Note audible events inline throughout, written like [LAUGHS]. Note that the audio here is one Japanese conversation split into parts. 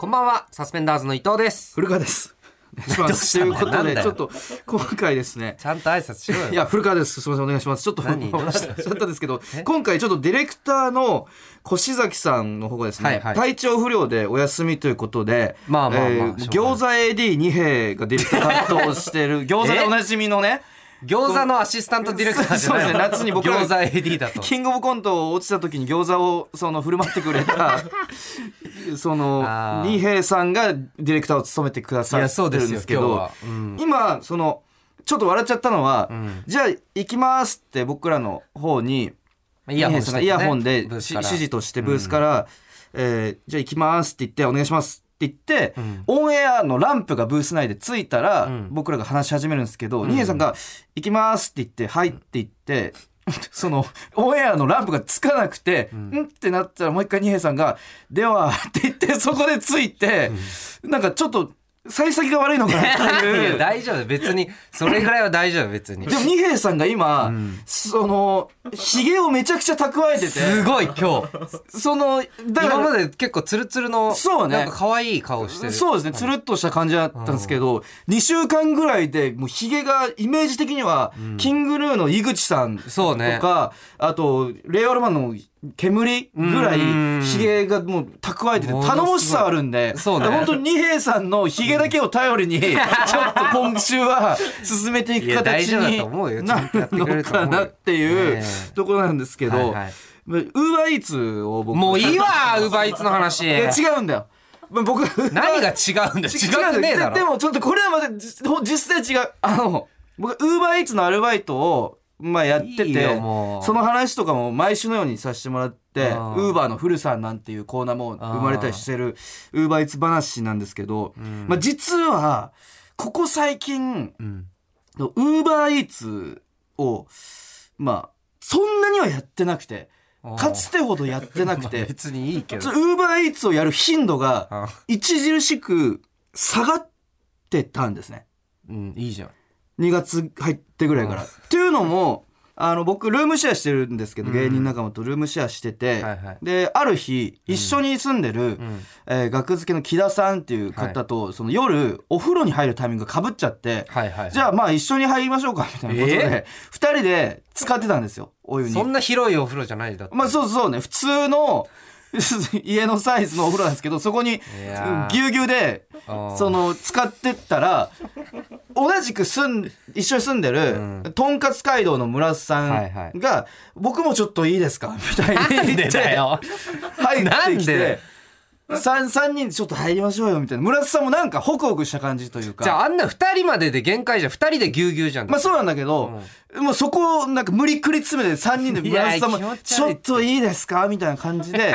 ばんはサスペンダーズの伊藤です古川です。お願いしますと [LAUGHS] どしたいううこのとなんで、だよちょっと今回ですね。ちゃんと挨拶しろよいや、古川です。すみません、お願いします。ちょっと、ちゃ [LAUGHS] 何ったんですけど、今回ちょっとディレクターの越崎さんの方がですね、はいはい体調不良でお休みということで、まあまあまあえしーょう餃子 AD2 兵がディレクター担当して [LAUGHS] る、餃子でおなじみのね、餃子のアシスタントディレクターじゃないそうですね夏に僕ら餃子 AD だとキングオブコント落ちた時に餃子をその振る舞ってく [LAUGHS] れたそのあー二平さんがディレクターを務めてくださいやっそうてでるすんよですけ今日どはうん今そのちょっと笑っちゃったのは、んじゃあ行きますって僕らの方にイ二ヤホン平さしんてがてイヤホンでブースしから指示としてブースから、えーじゃあ行きますって言ってお願いしますって言って、オンエアのランプがブース内でついたら、ん僕らが話し始めるんですけど、二平さんが「行きます」って言って「はい」って言って。そのオンエアのランプがつかなくて、うん、ってなったらもう一回二平さんが「では」って言ってそこでついて、なんかちょっと幸先が悪いのかなって [LAUGHS] いいやう大丈夫別にそれぐらいは大丈夫別に [LAUGHS] でも二平さんが今、そのひげをめちゃくちゃ蓄えててすごい今日そのだから今まで結構ツルツルのそうねなんか可愛い顔してるそうですねつるっとした感じだったんですけど、2週間ぐらいでもうひげがイメージ的には、キングルーの井口さんとそうねか、あと令和ロマンの煙ぐらうんいひげがもう蓄えててものすごい頼もしさあるんでそうねだから本当に二平さんのひげだけを頼 [LAUGHS] りに、ちょっと今週は進めていいくや大形丈夫だにと思うよなるのかなっていうねえところなんですけど、はいはいウーバーイーツを僕もういいわウーバーイーツの話いや違うんだよ [LAUGHS] ま僕何が違うんだよ違くねえだででろもちょっとこれはまた実実際違うあの僕ウーバーイーツのアルバイトをまあやってていいよもうその話とかも毎週のようにさせてもらってウあーーバーのフルさんなんていうコーナーも生まれたりしてるウーバーイーツ話なんですけど、まあ、実はここ最近うんウーバーイーツをまあそんなにはやってなくてかつてほどやっ [LAUGHS] てなくまあて別にいいけどウーバーイーツをやる頻度あが著しく下がってたんですねうんいいじゃん2月入ってぐらいから。あっていうのもあの僕ルームシェアしてるんですけど、芸人仲間とルームシェアしてて、はいはいである日一緒に住んでる、んえー学付けの木田さんっていう方と、その夜お風呂に入るタイミングがかぶっちゃって、はいはいはいじゃあまあ一緒に入りましょうかみたいなことえで、二2人で使ってたんですよお湯に。そんな広いお風呂じゃないだってまあそうそうね普通の [LAUGHS] 家のサイズのお風呂なんですけどそこにやーぎゅうぎゅうであーその使ってったら同じく住ん一緒に住んでる、うんとんかつ街道の村津さんが、はいはい僕もちょっといいですか?」 [LAUGHS] みたいに言なってんでだよ入ってきなんでて。三三人でちょっと入りましょうよみたいな村津さんもなんかホクホクした感じという [LAUGHS] かじゃああんな二人までで限界じゃん二人でぎゅうぎゅうじゃんまあそうなんだけど、もうそこをなんか無理くり詰めて3人で村瀬さんもいや「ちょっといいですか?」みたいな感じ [LAUGHS] で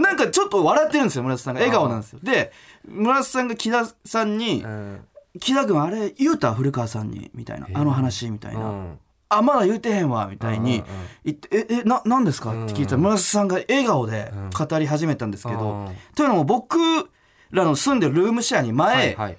なんかちょっと笑ってるんですよ村瀬さんが笑顔なんですよで村瀬さんが木田さんにうん「木田君あれ言うた古川さんに」みたいな「あの話」みたいうな。んあまだ言うてへんわみたいに言って「ええな何ですか?」って聞いたら村瀬さんが笑顔で語り始めたんですけど、うんというのも僕らの住んでるルームシェアに前、はいはい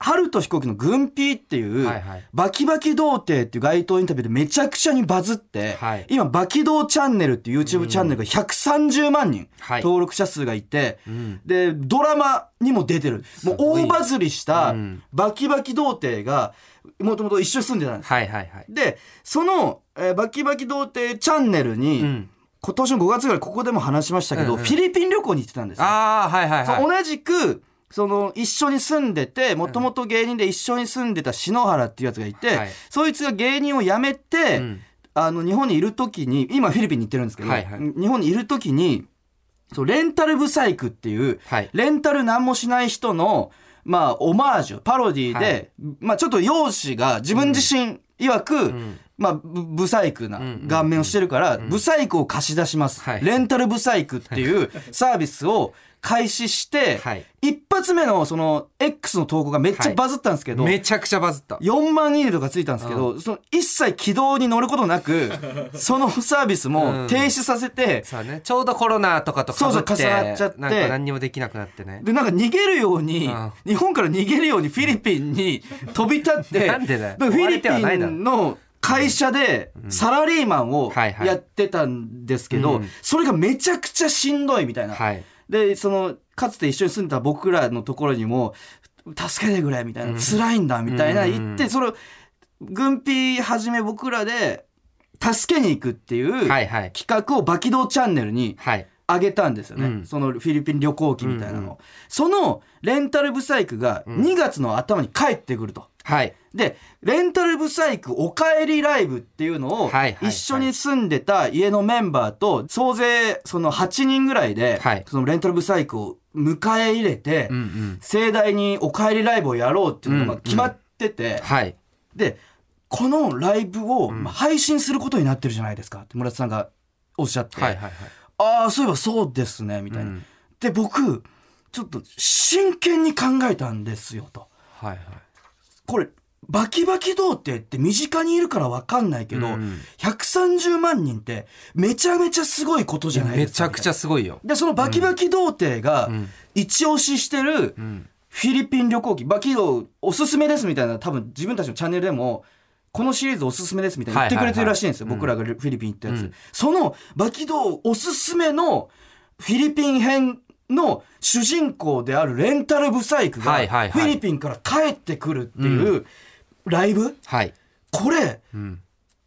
春と飛行機の軍ピーっていう、はいはいバキバキ童貞っていう街頭インタビューでめちゃくちゃにバズって、はい今バキ童チャンネルっていう YouTube チャンネルが130万人、はい登録者数がいて、んでドラマにも出てるもうごい大バズりしたうんバキバキ童貞がもともと一緒に住んでたんです。はいはいはいでその、えーバキバキ童貞チャンネルに、うん今年の5月ぐらいここでも話しましたけど、うんうんフィリピン旅行に行ってたんですよああはいはいそうはい同じくその一緒に住んでてもともと芸人で一緒に住んでた篠原っていうやつがいて、はいそいつが芸人を辞めて、うんあの日本にいる時に今フィリピンに行ってるんですけど、はいはい日本にいる時にそうレンタルブサイクっていう、はいレンタル何もしない人の、まあ、オマージュパロディーで、はまあ、ちょっと容姿が自分自身曰く、んまあ、ブブサイクなうんうん顔面をしてるから、ブサイクを貸し出します、はいレンタルブサイクっていうサービスを開始して、はい一発目のその X の投稿がめっちゃバズったんですけど、めちゃくちゃバズった4万人とかついたんですけど、その一切軌道に乗ることな [LAUGHS] くそのサービスも停止させて、そうねちょうどコロナとかとかぶってそうそう重なっちゃってなんか何にもできなくなってねでなんか逃げるように、うん日本から逃げるようにフィリピンに飛び立って [LAUGHS] なんでだよフィリピ追われてはないだろンの会社でサラリーマンをはいはいやってたんですけうど、んそれがめちゃくちゃしんどいみたいな。はいでそのかつて一緒に住んでた僕らのところにも「助けてくれ」みたいな「辛いんだ」みたいなうん言ってそれを軍備はじめ僕らで助けに行くっていうは企いはい画を「バキドーチャンネル」にはいあげたんですよね、うんそのフィリピン旅行記みたいなのを、うんうそのレンタルブサイクが2月の頭に帰ってくると。はいでレンタルブサイクおかえりライブっていうのはいをはいはい一緒に住んでた家のメンバーと総勢その8人ぐらいではいそのレンタルブサイクを迎え入れてうんうん盛大におかえりライブをやろうっていうのが決まっててはいでこのライブをまあ配信することになってるじゃないですかって村田さんがおっしゃって、はいはいはいああそういえばそうですねみたいな。うんで僕ちょっと真剣に考えたんですよと。はいはいこれバキバキ童貞って身近にいるから分かんないけど、うん130万人ってめちゃめちゃすごいことじゃないでめすちかゃくちゃすごいよでそのバキバキ童貞がうん一押ししてるうんフィリピン旅行記バキドおすすめですみたいな多分自分たちのチャンネルでもこのシリーズおすすめですみたいな言ってくれてるらしいんですよ、はいはい僕らがフィリピン行ったやつ、うんそのバキドおすすめのフィリピン編の主人公であるレンタルブサイクがはいフはいはいィリピンから帰ってくるっていうライブ、はいこれうん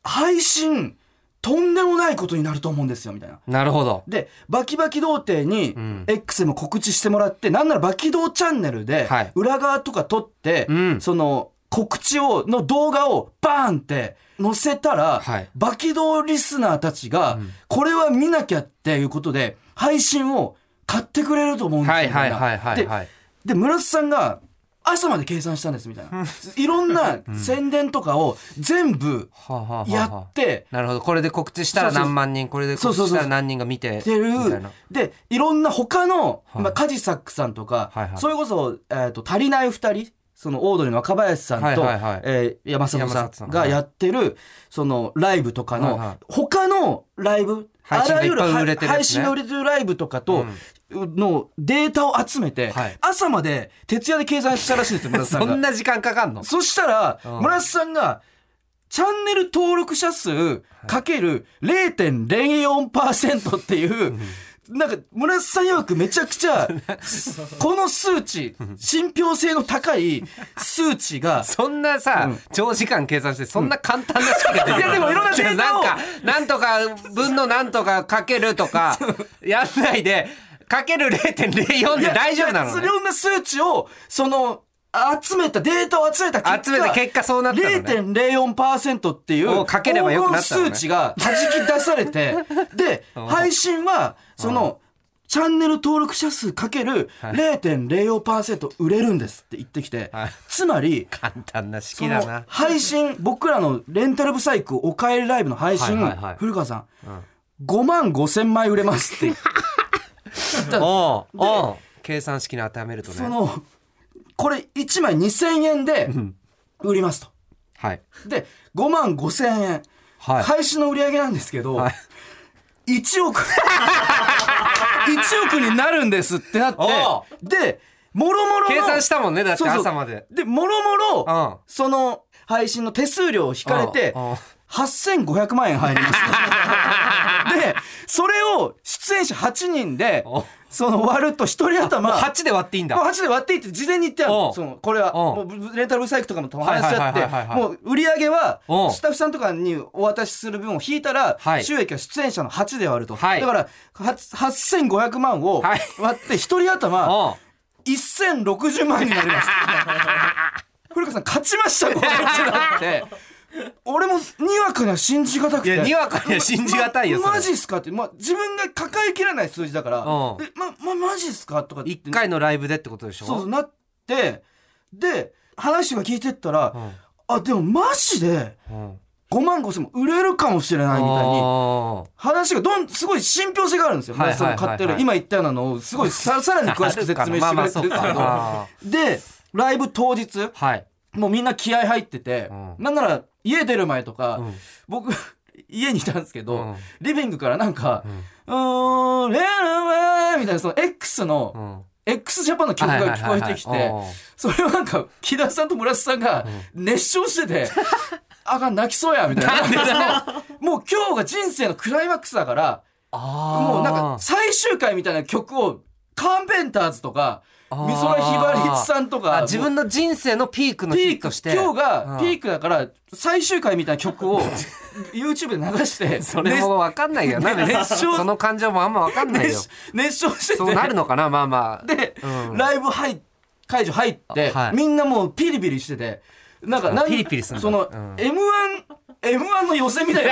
配信とんでもないことになると思うんですよみたいな。なるほどでバキバキ童貞にうん X でも告知してもらって、なんならバキ童チャンネルではい裏側とか撮って、うんその告知をの動画をバーンって載せたら、はいバキ童リスナーたちが、これは見なきゃっていうことで配信を買ってくれると思うんですよ、はいはいみんなはいはいではいで村津さんが朝まで計算したんですみたい [LAUGHS] ないろんな宣伝とかを全部はあはあはあはあやってなるほどこれで告知したらそうそう何万人これで告知したら何人が見てってるみたいなでいろんな他の、はいまあ、カジサックさんとはか、いはいそれこそ、えー、と足りない2人そのオードリーの若林さんと、はいはいはいえー山里山里ささんんがやってる、そのライブとかはの、いはい他のライブ配信がいっぱいあらゆ売れてるやつね配信が売れてるライブとかと、のデータを集めて、はい朝まで徹夜で計算したらしいんですよ村田さんそ [LAUGHS] がん。な時間かかんのそしたら、うん村瀬さんが、チャンネル登録者数かける0.04%っていう、なんか村瀬さん曰くめちゃくち [LAUGHS] ゃ、この数値、信憑性の高い数値が、そんなさ、うん長時間計算してそんな簡単な仕組みいやでもいろんなデなータなをんかなんとか分のなんとかかけると [LAUGHS] かやんないでかける0.04で [LAUGHS] 大丈夫なの、いやねい、ろんな数値を、その、集めた、データを集めた結果、集めた結果そうなったのね0.04%っていうおかければよくなったのね黄金数値が弾き出されて [LAUGHS] で配信はそのチャンネル登録者数かける0.04%売れるんですって言ってきてはいつまり簡単なそ式だのな配 [LAUGHS] 信僕らのレンタルブサイクおかえりライブの配信はいはいはい古川さん5万5千枚売れます [LAUGHS] っておうおう計算式に当てはめるとねそのこれ1枚2,000円で売りますと。はいで5万5千円、はい配信の売り上げなんですけど、はい1億 [LAUGHS] 1億になるんですってなっておでもろもろの計算したもんねだってそうそう朝まででもろもろうんその配信の手数料を引かれてうんうん8500万円入りまし [LAUGHS] たでそれを出演者8人でおその割ると1人頭もう8で割っていいんもうだ8で割っていいって事前に言ってあるおうそのこれはもおううブレンタルブサイクとかも話し合はいはいはいっはいてはいもう売り上げはおうスタッフさんとかにお渡しする分を引いたらはい収益は出演者の8で割ると、はいだからは8500万をはい割って1人頭おう1060万になります [LAUGHS] 古川さん勝ちましたこれってな [LAUGHS] って俺もにわかには信じがたくいてやにわかには信じがたいよまそマれジっすかって、まあ、自分が抱えきれない数字だからおうえ、ま、ま、マジっすかとかって1回のライブでってことでしょそうそうなってで話が聞いてったら、うんあでもマジでうん5万5千も売れるかもしれないみたいにおう話がどんすごい信憑性があるんですよ、はいはい皆さんの買ってる、はいはい今言ったようなのを [LAUGHS] すごいささらに詳しく説明してくれてるんですあるかなまあま [LAUGHS] あけどでライブ当日はいもうみんな気合入ってて、うんなんなら家出る前とか、うん僕 [LAUGHS] 家にいたんですけど、うんリビングからなんかうん「うーんレラウェイ」みたいなその X の、うん x ジャパンの曲が聞こえてきはいはいはいはいておうそれをなんか木田さんと村瀬さんが熱唱してて「あかん泣きそうや」みたいなもう今日が人生のクライマックスだからあーもうなんか最終回みたいな曲をカーンペンターズとかあー美空ひばりさんとかあ自分の人生のピークのヒピッークトして今日うんがピークだから最終回みたいな曲を YouTube で流してそれも分かんないよな、ね熱唱その感情もあんま分かんないよ熱熱唱しててそうなるのかなまあまあで、うんライブ入っ会場入って、あはいみんなもうピリピリしててなんかなんピリピリするんだその、うん m 1 m 1の予選み [LAUGHS] たいな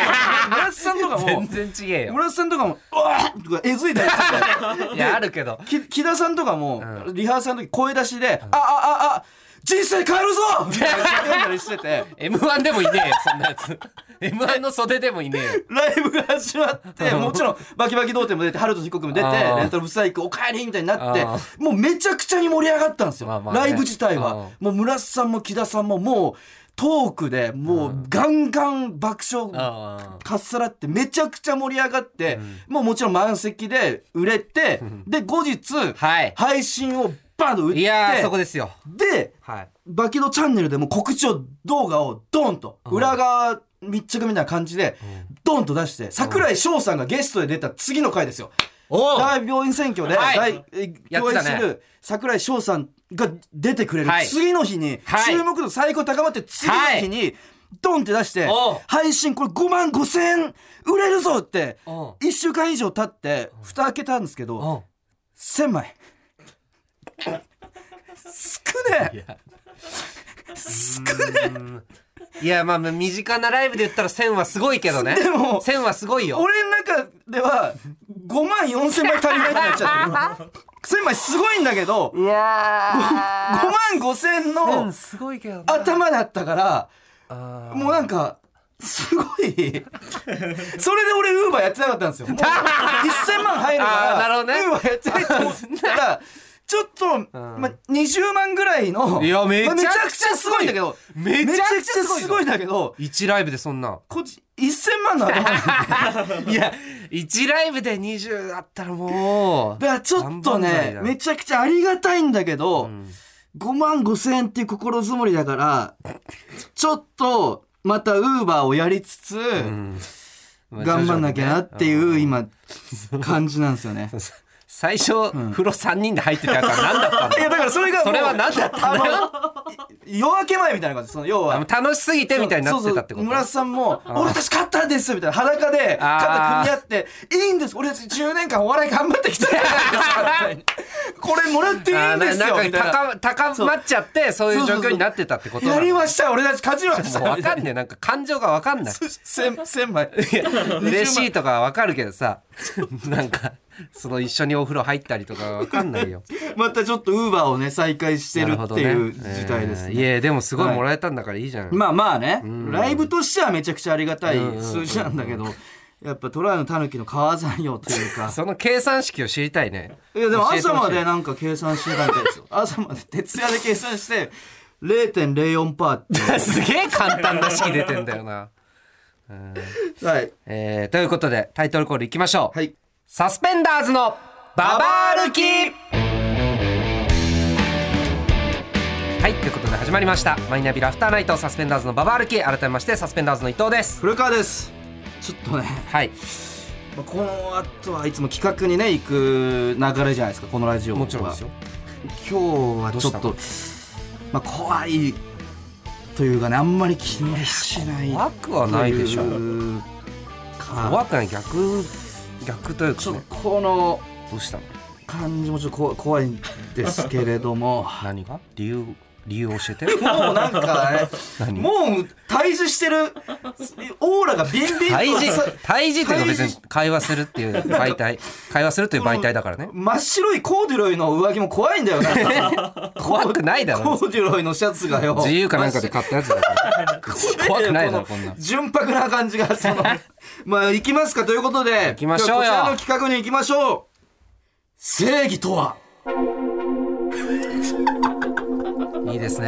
村瀬さんとかも全然違えよ村瀬さんとかも「うわっ!」とかえずいたりとかいやあるけどき [LAUGHS] 木田さんとかも、うリハーサルの時声出しで「ああああ人生変えるぞ!」みたいな読んだりしてて M1 でもいねえよそんなやつ M1 の袖でもいねえよライブが始まってもちろんバキバキ童貞も出て春と彦君も出てあーレンタルブサイクおかえりみたいになってあもうめちゃくちゃに盛り上がったんですよ、まあまあねライブ自体あはーもう村瀬さんも木田さんももうトークでもうガンガン爆笑あかっさらってめちゃくちゃ盛り上がって、もうもちろん満席で売れてで後日はい配信をバンと売っあていやーそこですよではいバキドチャンネルでも告知を動画をドンと裏側密着みたいな感じでドンと出して桜井翔さんがゲストで出た次の回ですよお大病院選挙ではい大えやっ共て演たすねる桜井翔さんが出てくれるはい次の日にはい注目度最高高まって次の日にドンって出してお配信これ5万5千円売れるぞってお1週間以上経って蓋開けたんですけどお1000枚少ねえいやまあまあ身近なライブで言ったら1000はすごいけどねでも1000はすごいよ俺の中では5万4千枚足りないってなっちゃっ [LAUGHS] てる今1000枚すごいんだけどいや5万5千 [LAUGHS] のすごいけどな頭だったからあもうなんかすごいそれで俺ウーバーやってなかったんですよもう1000万入るあーなかるらほどねウーバーやってないと思ったらちょっと、ま、20万ぐらいのいやめちゃくちゃますごいんだけどめちゃくちゃすごいよめちゃくちゃすごいんだけど1ライブでそんなこっち1000万の頭なんだよいや1ライブで20だったらもうだからちょっと万々歳ねだめちゃくちゃありがたいんだけど、5万5千円っていう心づもりだからちょっとまたウーバーをやりつつ、頑張んなきゃなっていう今感じなんです [LAUGHS] よね。最初風呂3人で入ってたやつは何だったんいだやだからそれがもうそれは何だったんだよ夜明け前みたいな感じその要は楽しすぎてみたいになってたってそことうそう村瀬さんも「俺たち勝ったんです」みたいな裸で肩組み合って「いいんです俺たち10年間お笑い頑張ってきたから」 [LAUGHS] これもらっていいあーんでなすよ」なみんたいなか高高まっちゃってそういう状況になってたってことなやりのました俺たち勝ちましたもうわかんねえなんか感情がわかんない千千枚 [LAUGHS] 嬉しいとかはわかるけどさなんかその一緒にお風呂入ったりとかわかんない [LAUGHS] よまたちょっとウーバーをね再開してるっていう事態ですねいやでもすごいもらえたんだからいいじゃん、まあまあねライブとしてはめちゃくちゃありがたい数字なんだけどやっぱトライのタヌキの川山用とい [LAUGHS] うかその計算式を知りたいねいやでも教えて朝ほしいまでなんか計算してたみたいですよ朝まで徹夜で計算して0.04%っ [LAUGHS] てすげえ簡単な式出てんだよな、はいえー、ということでタイトルコールいきましょう、はいサスペンダーズのババ歩きはいということで始まりましたマイナビラフターナイトサスペンダーズのババ歩き改めましてサスペンダーズの伊藤です古川ですちょっとね、はいまあ、この後はいつも企画にね行く流れじゃないですかこのラジオはもちろんですよ今日はちょっどと、まあ、怖いというかねあんまり気にしない怖くはないでしょというか怖くない逆逆というかちょっねとこのどうしたの感じもちょっと怖怖いんですけれども何が理由理由を教え [LAUGHS] てもうなんかね何もう退治してるオーラがビンビンと対峙さ対峙っていうのは別対に会話するっていう媒体会話するという媒体だからね真っ白いコーデュロイの上着も怖いんだよな [LAUGHS] 怖くないだコろーデュロイのシャツがよ自由かなんかで買ったやつだ [LAUGHS] から怖くないだろこんな純白な感じがそ [LAUGHS] のまあ行きますかということで行きましょうよこちらの企画に行きましょう正義とはいいですね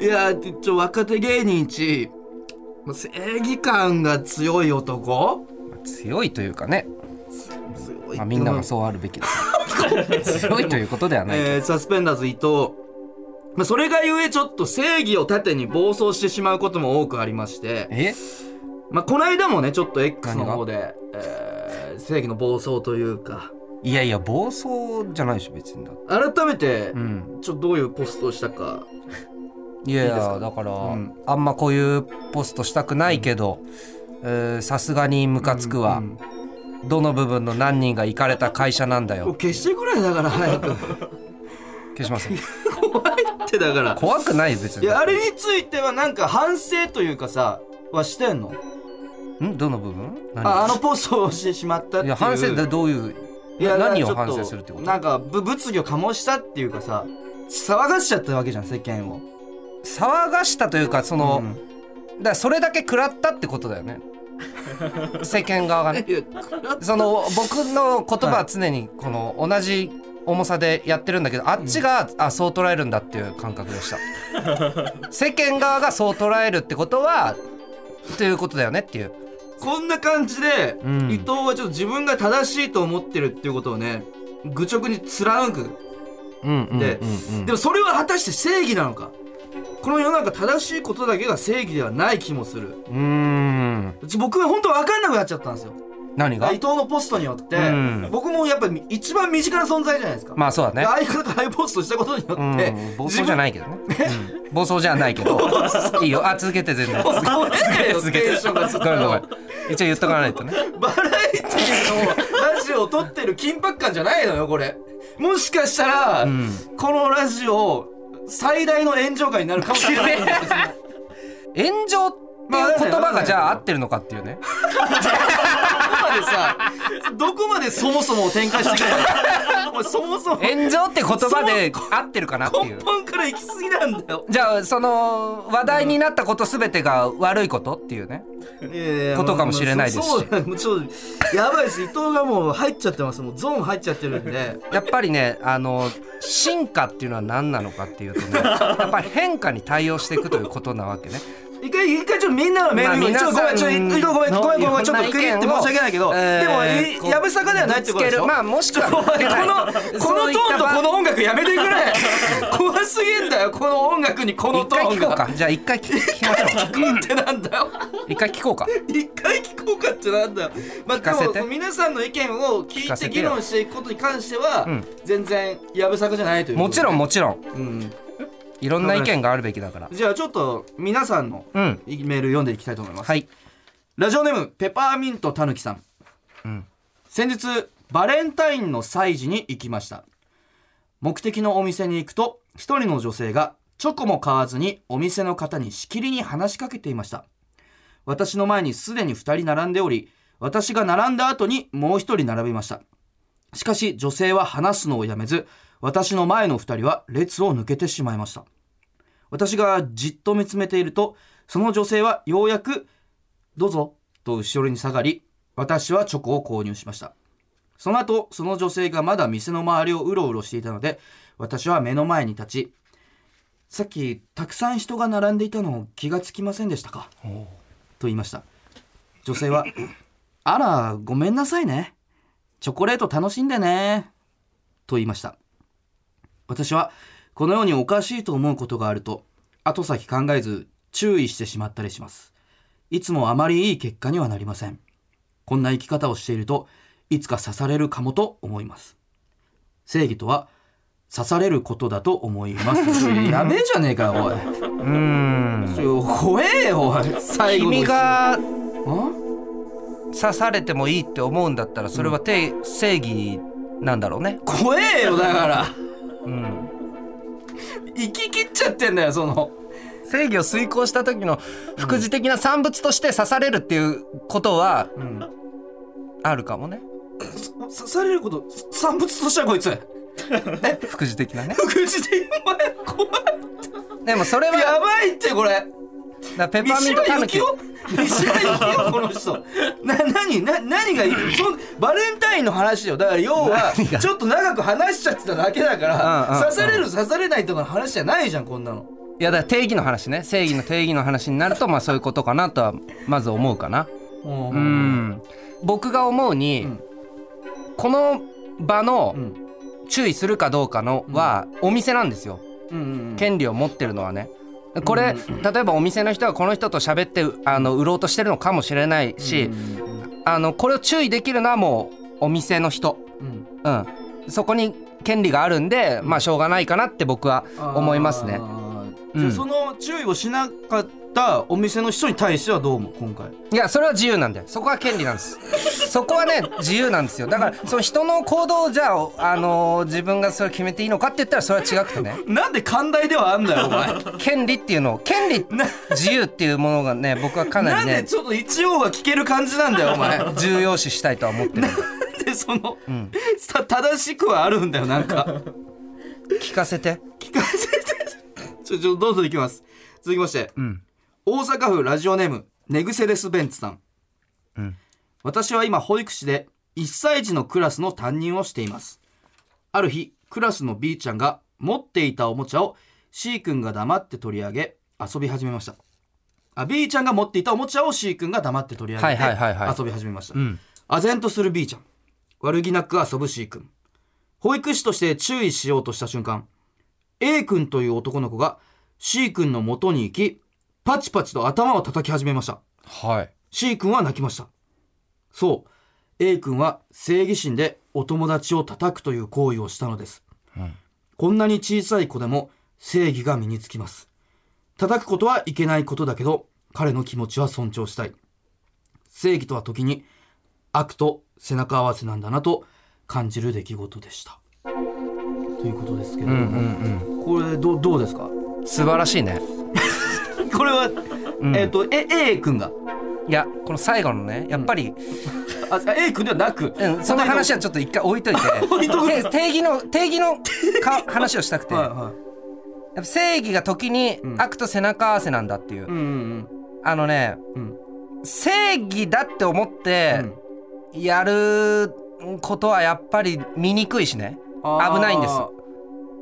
いやちょ若手芸人一まあ正義感が強い男強いというかね、強いまあ、みんながう、そうあるべきです強いということではないえーサスペンダーズ伊藤まあ、それがゆえちょっと正義を盾に暴走してしまうことも多くありましてえまあ、この間もねちょっと X の方で、えー正義の暴走というかいやいや暴走じゃないでしょ別にだって改めて、うんちょっとどういうポストをしたかいやいいいですやかだから、うんあんまこういうポストしたくないけどえーさすがにムカつくわ、うんどの部分の何人が行かれた会社なんだもうよ消してくれだから早 [LAUGHS] く消します怖いってだから怖くない別 [LAUGHS] いにやあれについてはなんか反省というかさはしてんのんどの部分何ああのポストをしてしまったいっていうや反省ってどういういや何をだからち反ょっ省するってことなんかぶ物議を醸したっていうかさ騒がしちゃったわけじゃん世間を騒がしたというかその、うんだからそれだけ食らったってことだよ [LAUGHS] ね世間側がねいや食らっその僕の言葉ははい常にこの同じ重さでやってるんだけどあっちが、あそう捉えるんだっていう感覚でした [LAUGHS] 世間側がそう捉えるってことはということだよねっていうこんな感じで、うん伊藤はちょっと自分が正しいと思ってるっていうことをね愚直に貫くうんうんうんうんででもそれは果たして正義なのかこの世の中正しいことだけが正義ではない気もするうーんちょ僕は本当分かんなくなっちゃったんですよ何が伊藤のポストによって、うん僕もやっぱり一番身近な存在じゃないですか、まあそうだねで相方がハイポストしたことにようって、ん、暴走じゃいないけどね、うん暴走じゃないけどいいよあ続けて全然ごめんねよ続けてテンションがずっごめんごめんと一応言っとかないとねバラエティのラジオを撮ってる緊迫感じゃないのよこれもしかしたら、うんこのラジオ最大の炎上会になるかもしれない炎上っていう言葉がじゃあ合ってるのかっていうねどこまでさどこまでそもそもを展開していくの [LAUGHS] お前そもそも炎上って言葉で合ってるかなってい根う本から行き過ぎなんだよ [LAUGHS] じゃあその話題になったこと全てが悪いことっていうね [LAUGHS] ことかもしれないですしそうもうちょっとやばいです伊藤がもう入っちゃってますもうゾーン入っちゃってるんでやっぱりねあの進化っていうのは何なのかっていうとねやっぱり変化に対応していくということなわけね。一回一回ちょっとみんなのメール見まあちょっとごめんちょっと皆さんごめんごめんごめんごめんちょっとの区切って申し訳ないけど、えーでもえやぶさかではないってことでしぶつけるょまあもしくはちょっとお前このこのトーンとこの音楽やめてくれ怖すぎんだよこの音楽にこの一ト回ーン聞こうがかじゃあ一回聞きましょ聞 [LAUGHS] こうってなんだよう一回聞こうか一回聞こうかってなんだよ、まあ、聞かせてでも皆さんの意見を聞聞かせいてて議よ論していくことに関しては、うん全然やぶさかじゃないというもちろん、んもちろんうん、いろんな意見があるべきだからじゃあちょっと皆さんのうんメール読んでいきたいと思います、はいラジオネームペパーミントたぬきさん、うん先日バレンタインの祭事に行きました目的のお店に行くと一人の女性がチョコも買わずにお店の方にしきりに話しかけていました私の前にすでに2人並んでおり私が並んだ後にもう一人並びましたしかし女性は話すのをやめず私の前の2人は列を抜けてしまいました私がじっと見つめているとその女性はようやく「どうぞ」と後ろに下がり私はチョコを購入しましたその後その女性がまだ店の周りをうろうろしていたので私は目の前に立ち「さっきたくさん人が並んでいたの気がつきませんでしたか?」と言いました女性は「あらごめんなさいねチョコレート楽しんでね」と言いました私はこのようにおかしいと思うことがあると後先考えず注意してしまったりしますいつもあまりいい結果にはなりませんこんな生き方をしているといつか刺されるかもと思います正義とは刺されることだと思います [LAUGHS] やべえじゃねえかよおいうんちょ怖えよおい最後の君がん刺されてもいいって思うんだったらそれはて、正義なんだろうね。怖えよだからうん、行き切っちゃってんだよその正義を遂行した時の副次的な産物として刺されるっていうことはあるかもね。刺されること産物としたこいつ副次的なね。副次的お前怖でもそれいやはばいってこれだペ三パーミント島タ由ヌ紀キ。夫三島由紀夫この人な何な何がいいそんバレンタインの話よだから要は何がちょっと長く話しちゃってただけだかうんうんうらん刺される刺されないとかの話じゃないじゃんこんなのいやだから定義の話ね。正義の定義の話になるとまあそういうことかなとはまず思うかな。うう、ん。僕が思うに、うんこの場のうん注意するかどうかのはお店なんですよ。うんうん、権利を持ってるのはねこれ、例えばお店の人がこの人と喋ってあの売ろうとしてるのかもしれないし、うんうんうんあのこれを注意できるのはもうお店の人うんうん、そこに権利があるんで、まあしょうがないかなって僕は思いますねあ。ーうんじゃあその注意をしなかったお店の人に対してはどう思う今回いやそれは自由なんだよそこは権利なんです [LAUGHS] そこはね自由なんですよだからその人の行動をじゃあ、あのー自分がそれ決めていいのかって言ったらそれは違くてねなんで寛大ではあんだよ [LAUGHS] お前権利っていうのを権利自由っていうものがね僕はかななりんでねちょっと一応は聞ける感じなんだよ [LAUGHS] お前重要視したいとは思ってるでその、んさ正しくはあるんだよなんか聞かせて聞かせてちょちょどうぞいきます続きましてうん大阪府ラジオネームネグセレスベンツさん、うん私は今保育士で1歳児のクラスの担任をしていますある日クラスの B ちゃんが持っていたおもちゃを C 君が黙って取り上げ遊び始めましたあ B ちゃんが持っていたおもちゃを C 君が黙って取り上げてはいはいはいはい遊び始めましうたん唖然とする B ちゃん悪気なく遊ぶ C 君保育士として注意しようとした瞬間 A 君という男の子が C 君の元に行きパチパチと頭を叩き始めましたはい C 君は泣きましたそう A 君は正義心でお友達を叩くという行為をしたのです、うんこんなに小さい子でも正義が身につきます叩くことはいけないことだけど彼の気持ちは尊重したい正義とは時に悪と背中合わせなんだなと感じる出来事でしたということですけうど、んうんこれどうどうですかうん素晴らしいねこれは、んえっ、とえ A 君がいやこの最後のねやっぱり、あ A 君ではなく、うん、その話はちょっと一回 [LAUGHS] 置いといていとくて定義の定義の [LAUGHS] か話をしたくて、はいはいやっぱ正義が時にうん悪と背中合わせなんだっていう、うんうんあのねうんうん正義だって思ってうんやることはやっぱり醜いしねあー危ないんです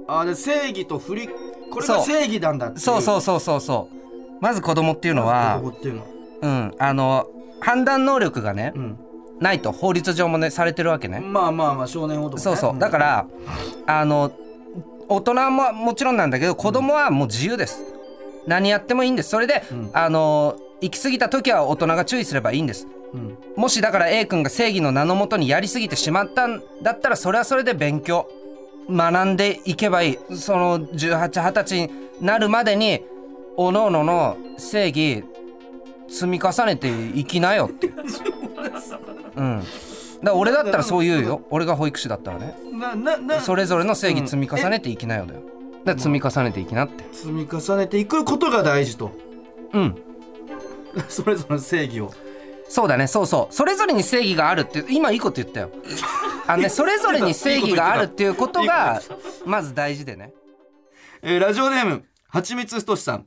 あーで正義と振りこれそがう正義なんだっていうそうそううそうそうそうまず子供っていうのはこっていうのは、うんあの判断能力がねうないと法律上もねされてるわけねん、まあまあまあ少年男、ね、そうそうだからあの大人ももちろんなんだけど子供はもう自由です何やってもいいんですそれでうんあの行き過ぎた時は大人が注意すればいいんですうんもしだから A 君が正義の名のもとにやりすぎてしまったんだったらそれはそれで勉強学んでいけばいいその1820歳になるまでにおのおのの正義積み重ねていきなよっていう、うん、だから俺だったらそう言うよ俺が保育士だったらねなななそれぞれの正義積み重うんえねていきなよだよだから積み重ねていきなって積み重ねていくことが大事と [LAUGHS] うんそれぞれの正義をそうだねそうそうそれぞれに正義があるって今いいこと言ったよあのねそれぞれに正義があるっていうことがまず大事でねえーラジオネームはちみつふとしさん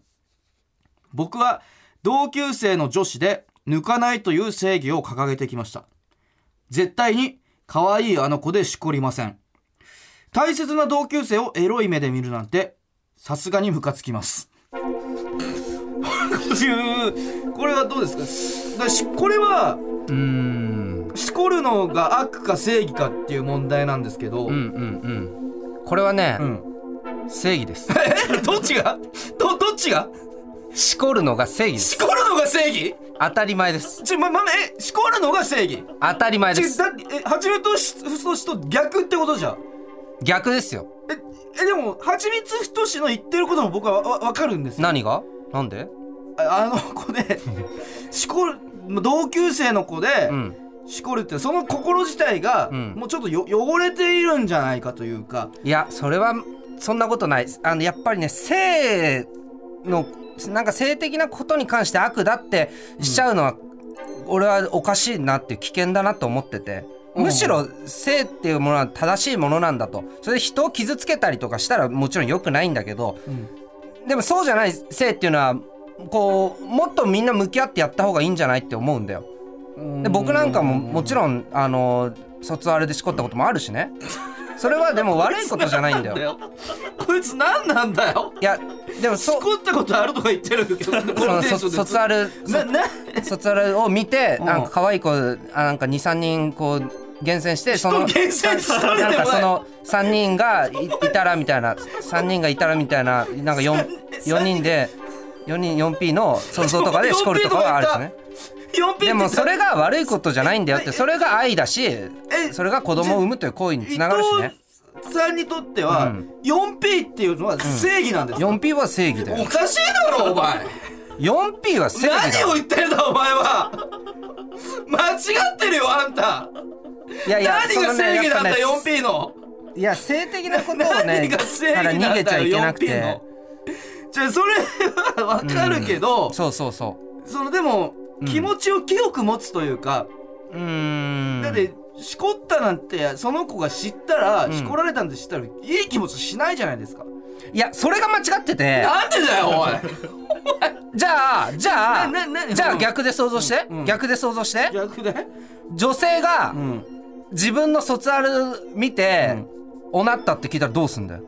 僕は同級生の女子で抜かないという正義を掲げてきました絶対に可愛いあの子でしこりません大切な同級生をエロい目で見るなんてさすがにムカつきます [LAUGHS] こういうこれはどうですかだしこれはうんしこるのが悪か正義かっていう問題なんですけど、うんうんうんこれはね、うん [LAUGHS] 正義ですえどっちがどどっちがしこるのが正義ですしこるのが正義当たり前ですちょ、ま、ま、え、しこるのが正義。当たり前でちょ、すだって、え、はちみつとし、ふとしと逆ってことじゃん。逆ですよえ、え、でも、はちみつふとしの言ってることも僕はわ、わわかるんですよ。何がなんでああの子で、しこる、同級生の子でう、んしこるって、その心自体が、うんもうちょっとよ汚れているんじゃないかというか、いやそれはそんなことないあのやっぱりね性のなんか性的なことに関して悪だってしちゃうのは、俺はおかしいなっていう危険だなと思っててうんむしろ性っていうものは正しいものなんだとそれで人を傷つけたりとかしたらもちろん良くないんだけどでもそうじゃない性っていうのはこうもっとみんな向き合ってやった方がいいんじゃないって思うんだよ。で僕なんかももちん、ろんあの卒アルでしこったこともあるしねそれはで [LAUGHS] も悪いことじゃないんだよだ。よ。こいつ何なんだよ。いやでもしそうこったことあるとか言ってるけそど、こののテンシそョンで。卒アルな、な、卒アルを見てうんなんか可愛い子あなんか23人こう厳選してその厳選しといてなんもかそらの3人がいいたらみたいな3人がいたらみたいななんか 4, 三4人で4人 4P の想像とかでしこるとかはあるしね 4P ってでもそれが悪いことじゃないんだよってそれが愛だしそれが子供を産むという行為につながるしね伊藤さんにとってうは、ん 4P っていうのは正義なんですよ、 4P は正義だおよかしいだろお前 4P は正義だ何よを言ってんだお前は間違ってるよあんたいやいや何が正義なんそのだ、ねやっぱね 4P のいや性的なことをね何が正義なかんだら逃げちゃいけよなく 4P てのじゃあそれはわかるけど、そうそうそそのでもうん気持ちを清く持つというか、ううーんだってしこったなんてその子が知ったら、うんしこられたんで知ったらいい気持ちしないじゃないですか、いやそれが間違っててなんでだよおいじゃあじゃあなななじゃあ逆で想像して、うんうん逆で想像して [LAUGHS] 逆で、女性がうん、自分の卒アル見て、おなったって聞いたらどうすんだよ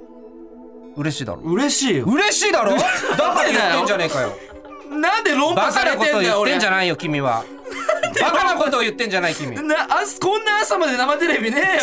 嬉しいだろ嬉しいよ嬉しいだ [LAUGHS] ろだから言ってんじゃねえかよなんで論破バさカれなこてんとだ言よって俺んじゃないよ君はバカなことを言ってんじゃない君なあすこんな朝まで生テレビねえ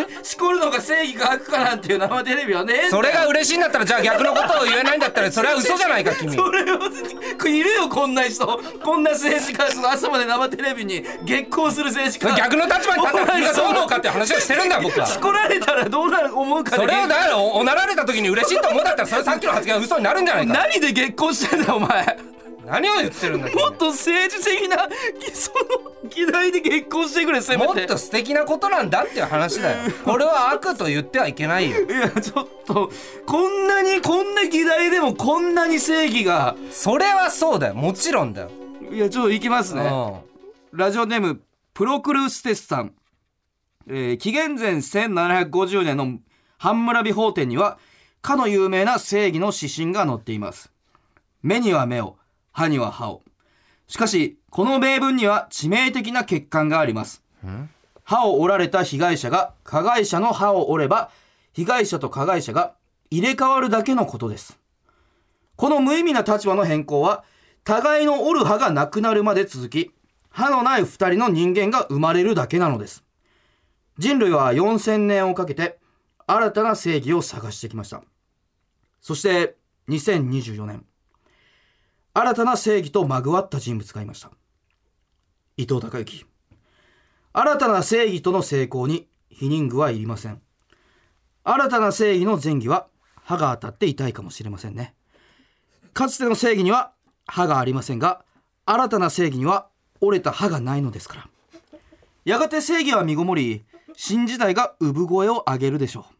よ [LAUGHS] しこるのが正義か悪かなんていう生テレビはねえんだよそれが嬉しいんだったらじゃあ逆のことを言えないんだったらそれは嘘じゃないか君それは [LAUGHS] 絶いるよこんな人こんな政治家その朝まで生テレビに激高する政治家逆の立場に立ったら君がどう思うかって話をしてるんだよ僕はしこられたらどうなる思うかでそれをだからおおなられた時に嬉しいと思うんだったらそれさっきの発言は嘘になるんじゃないか何で激高してんだよお前何を言ってるんだ君もっと政治的なその議題で激高してくれせめもてっと素敵なことなんだっていう話だよこれは悪と言ってはいけないよいやちょっとこんなにこんな議題でもこんなに正義がそれはそうだよもちろんだよ、いやちょっといきますうねんラジオネームプロクルステスさん、えー紀元前1750年の半村美法典にはかの有名な正義の指針が載っています目には目を歯には歯をしかしこの名文には致命的な欠陥があります歯を折られた被害者が加害者の歯を折れば被害者と加害者が入れ替わるだけのことですこの無意味な立場の変更は互いの折る歯がなくなるまで続き歯のない2人の人間が生まれるだけなのです人類は4000年をかけて新たな正義を探してきましたそして2024年新たな正義とまぐわった人物がいました伊藤孝之新たな正義との成功に否認具はいりません新たな正義の前義は歯が当たって痛いかもしれませんねかつての正義には歯がありませんが新たな正義には折れた歯がないのですからやがて正義は身ごもり新時代が産声を上げるでしょう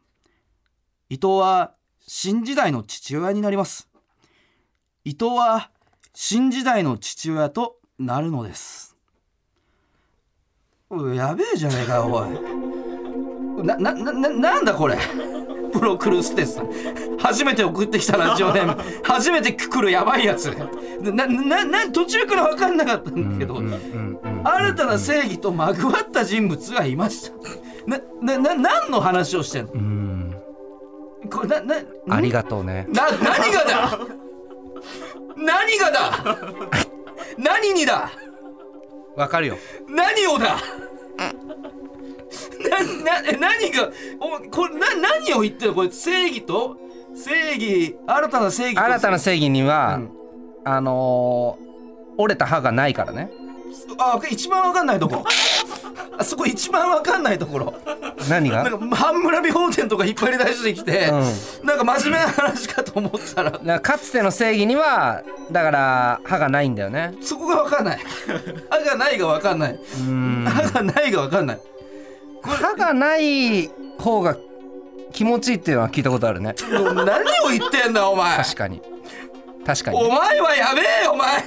伊藤は新時代の父親になります伊藤は新時代の父親となるのですおいやべえじゃねえかよおいなななななんだこれプロクルステスさん初めて送ってきたラジオネーム初めて来るやばいやつなななな途中から分かんなかったんだけど、新たな正義とまぐわった人物がいましたななな何の話をしてんのこれななありがとうねな何がだ何がだ何にだわかるよ何をだななえ何がおこれな何を言ってるのこれ正義と正義新たな正義と新たな正義には、うんあのー折れた歯がないからねあ一番わかんないとこあそこ一番わかんないところ何がなんか半村美法典とか引っ張り出してきて、うなんか真面目な話かと思ったらだからかつての正義にはだから歯がないんだよねそこがわかんない歯がないがわかんないうん歯がないがわかんない歯がない方が気持ちいいっていうのは聞いたことあるねもう何を言ってんだお前確かに確かおに前はやべえよお前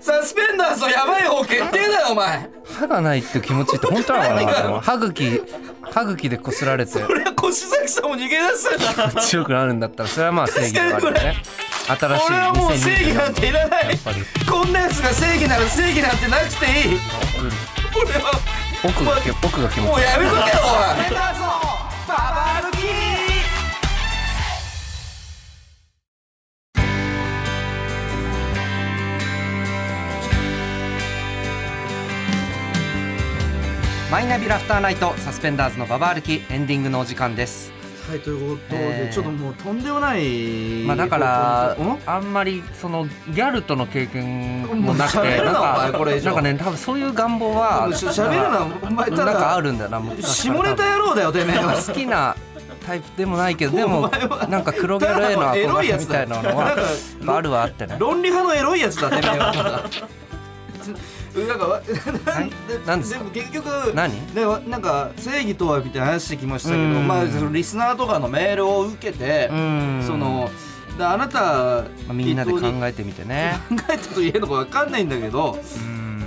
サスペンダーズのやばい方決定だよお前歯がないっていう気持ちいいって本当なのか何ながで [LAUGHS] も歯茎歯茎でこすられてこれは越崎さんも逃げ出すんだ強くなるんだったらそれはまあ正義ではあるよね新しい俺はもう正義なんていらないっぱりこんなやつが正義なら正義なんてなくていい俺は奥が奥が気持ちいいもうやめとけよおいマイナビラフターナイトサスペンダーズのババ歩きエンディングのお時間ですはいということえでーちょっともうとんでもないまあ、だから方向にあんまりそのギャルとの経験もなくもう喋てるななんお前こかれ以上なんかね多分そういう願望はうんしゃべるなお前なたんかあだるんだよな昔から下ネタ野郎だよてめえは [LAUGHS] 好きなタイプでもないけどでおも前はなんか黒ギャルへの憧れみたいなのなんはかまああるはあってね論理派のエロいやつだね、メガネ [LAUGHS] がなんかわ、 [LAUGHS] い何ですかでも結局何でわなんか正義とはみたいな話してきましたけど、うんまあそのリスナーとかのメールを受けてう、んそのであなた、まあみんなで考適当にえてみてね考えたと言えるのかわかんないんだけど、う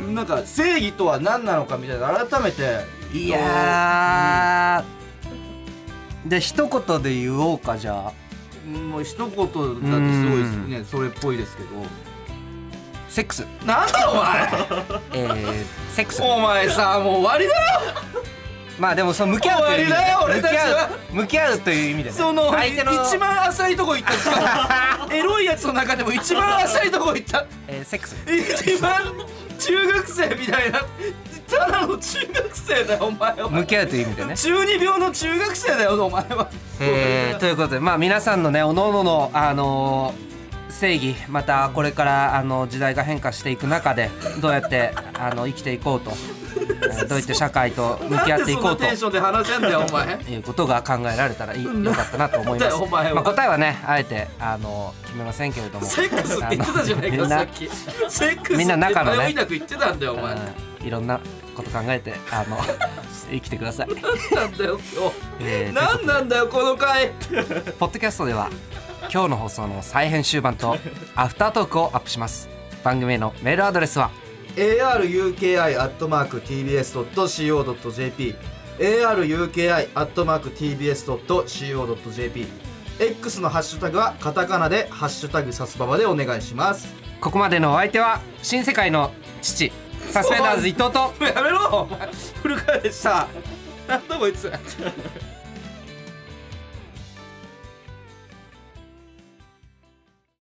んなんか正義とは何なのかみたいな改めていやーで一言で言おうかじゃあもう一言だってすごいですね、それっぽいですけどセックスなんだおえー、セックス前 [LAUGHS] お前さもう終わりだよまあでもその向き合うという意味で終わりだよ俺向たちき合はう向き合うという意味でねその相手の、一番浅いとこ行った [LAUGHS] エロいやつの中でも一番浅いとこ行ったえーセックス一番中学生みたいなただの中学生だよお前は向き合うという意味でね中二病の中学生だよお前はえーということでまあ皆さんのねおのののあのー正義またこれからあの時代が変化していく中でどうやってあの生きていこう [LAUGHS] とえーどうやって社会と向き合っていこなうんとでそんなテンションで話せんだよ [LAUGHS] お前いうことが考えられたらいいよかったなと思いまなんだすよお前はまあ、答えはねあえてあの決めませんけれどもセックスって言ってたじゃないあのみかんなさっきセックスってみんな中のね迷いなく言ってたんだよお前うんいろんなこと考えてあ [LAUGHS] の生きてください、なんだよえ今日ーなんなんだよこの回ポッドキャストでは今日の放送の再編集版とアフタートークをアップします番組へのメールアドレスは aruki.tbs.co.jp aruki.tbs.co.jp X のハッシュタグはカタカナで「ハッシュタグサスババ」でお願いしますここまでのお相手は新世界の父サスペンダーズ伊藤とやめろお前古川でしたなんだこいつ